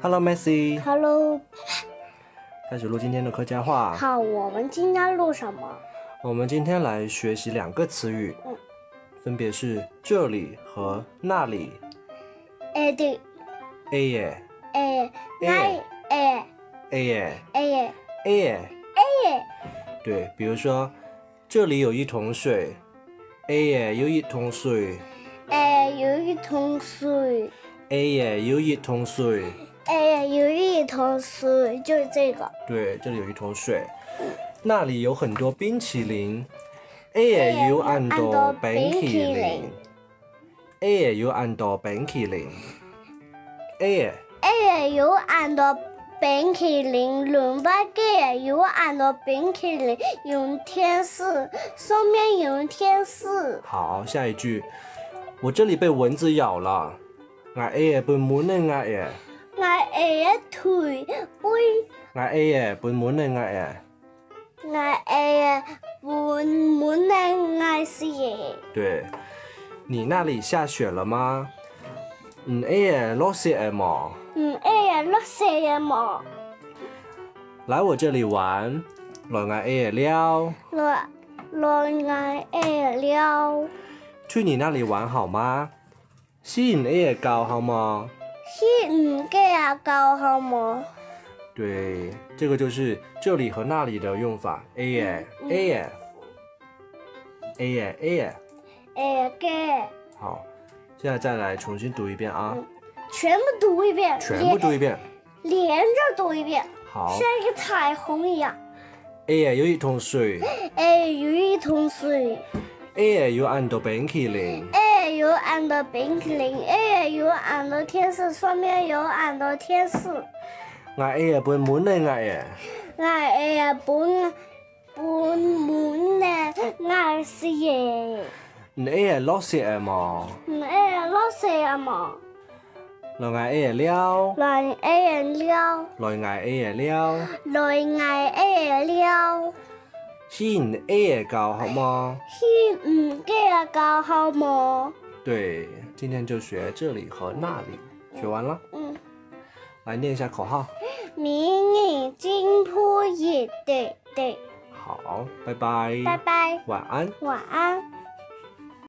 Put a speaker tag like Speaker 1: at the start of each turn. Speaker 1: Hello Messi，
Speaker 2: Hello，
Speaker 1: 开始录今天的客家话。
Speaker 2: 好，我们今天录什么？
Speaker 1: 我们今天来学习两个词语
Speaker 2: 嗯，
Speaker 1: 分别是这里和那里。
Speaker 2: 哎对，
Speaker 1: 哎耶，
Speaker 2: 哎那哎
Speaker 1: 哎耶，
Speaker 2: 哎哎
Speaker 1: 哎耶，对，比如说这里有一桶水，哎耶，有一桶水，
Speaker 2: 哎，有一桶水，
Speaker 1: 哎耶，有一桶水。
Speaker 2: 哎有一桶水，就是这个。
Speaker 1: 对，这里有一桶水，那里有很多冰淇淋。哎耶，有很多冰淇淋。哎耶，有很多冰淇淋。哎耶，
Speaker 2: 哎有俺的冰淇淋，伦巴盖有俺的冰淇淋，有天使，上面有天使。
Speaker 1: 好，下一句，我这里被蚊子咬了。我哎耶，本门的我耶，
Speaker 2: 我哎腿喂。
Speaker 1: 我哎耶，本门的我耶。
Speaker 2: 我哎满满的爱是耶。
Speaker 1: 对，你那里下雪了吗？嗯，哎耶，落雪了吗？
Speaker 2: 唔哎呀，落雪呀嘛，
Speaker 1: 来我这里玩，来我哎耶了。
Speaker 2: 落落眼哎了，
Speaker 1: 去你那里玩好吗？吸引力也高好吗？
Speaker 2: 是唔给啊高好冇？
Speaker 1: 对，这个就是这里和那里的用法。A 耶，A 耶，A 耶，A 耶。
Speaker 2: 哎给，
Speaker 1: 好，现在再来重新读一遍啊，
Speaker 2: 全部读一遍，
Speaker 1: 全部读一遍。
Speaker 2: 连，连着读一遍，
Speaker 1: 好
Speaker 2: 像一个彩虹一样。
Speaker 1: ，A 耶有一桶水
Speaker 2: 哎，有一桶水，
Speaker 1: ，A 耶有很多冰淇淋
Speaker 2: 哎，有俺的冰淇淋，哎，有俺的天使，上面有俺的天使。
Speaker 1: 我 A 耶本满的我耶，
Speaker 2: 俺哎呀，本本满的爱是耶，
Speaker 1: 你 A 耶落雪了吗？
Speaker 2: 唔哎落雪呀嘛。
Speaker 1: 来我 A 耶了，
Speaker 2: 来爱了，
Speaker 1: 来我 A 耶了，
Speaker 2: 来爱爱了，
Speaker 1: 吸引 A 耶高好吗？
Speaker 2: 是唔嘅教好冇？
Speaker 1: 对，今天就学这里和那里，学完了，
Speaker 2: 嗯，
Speaker 1: 来念一下口号。
Speaker 2: 明年金铺也对对，
Speaker 1: 好，拜拜，
Speaker 2: 拜拜，
Speaker 1: 晚安。
Speaker 2: 晚安。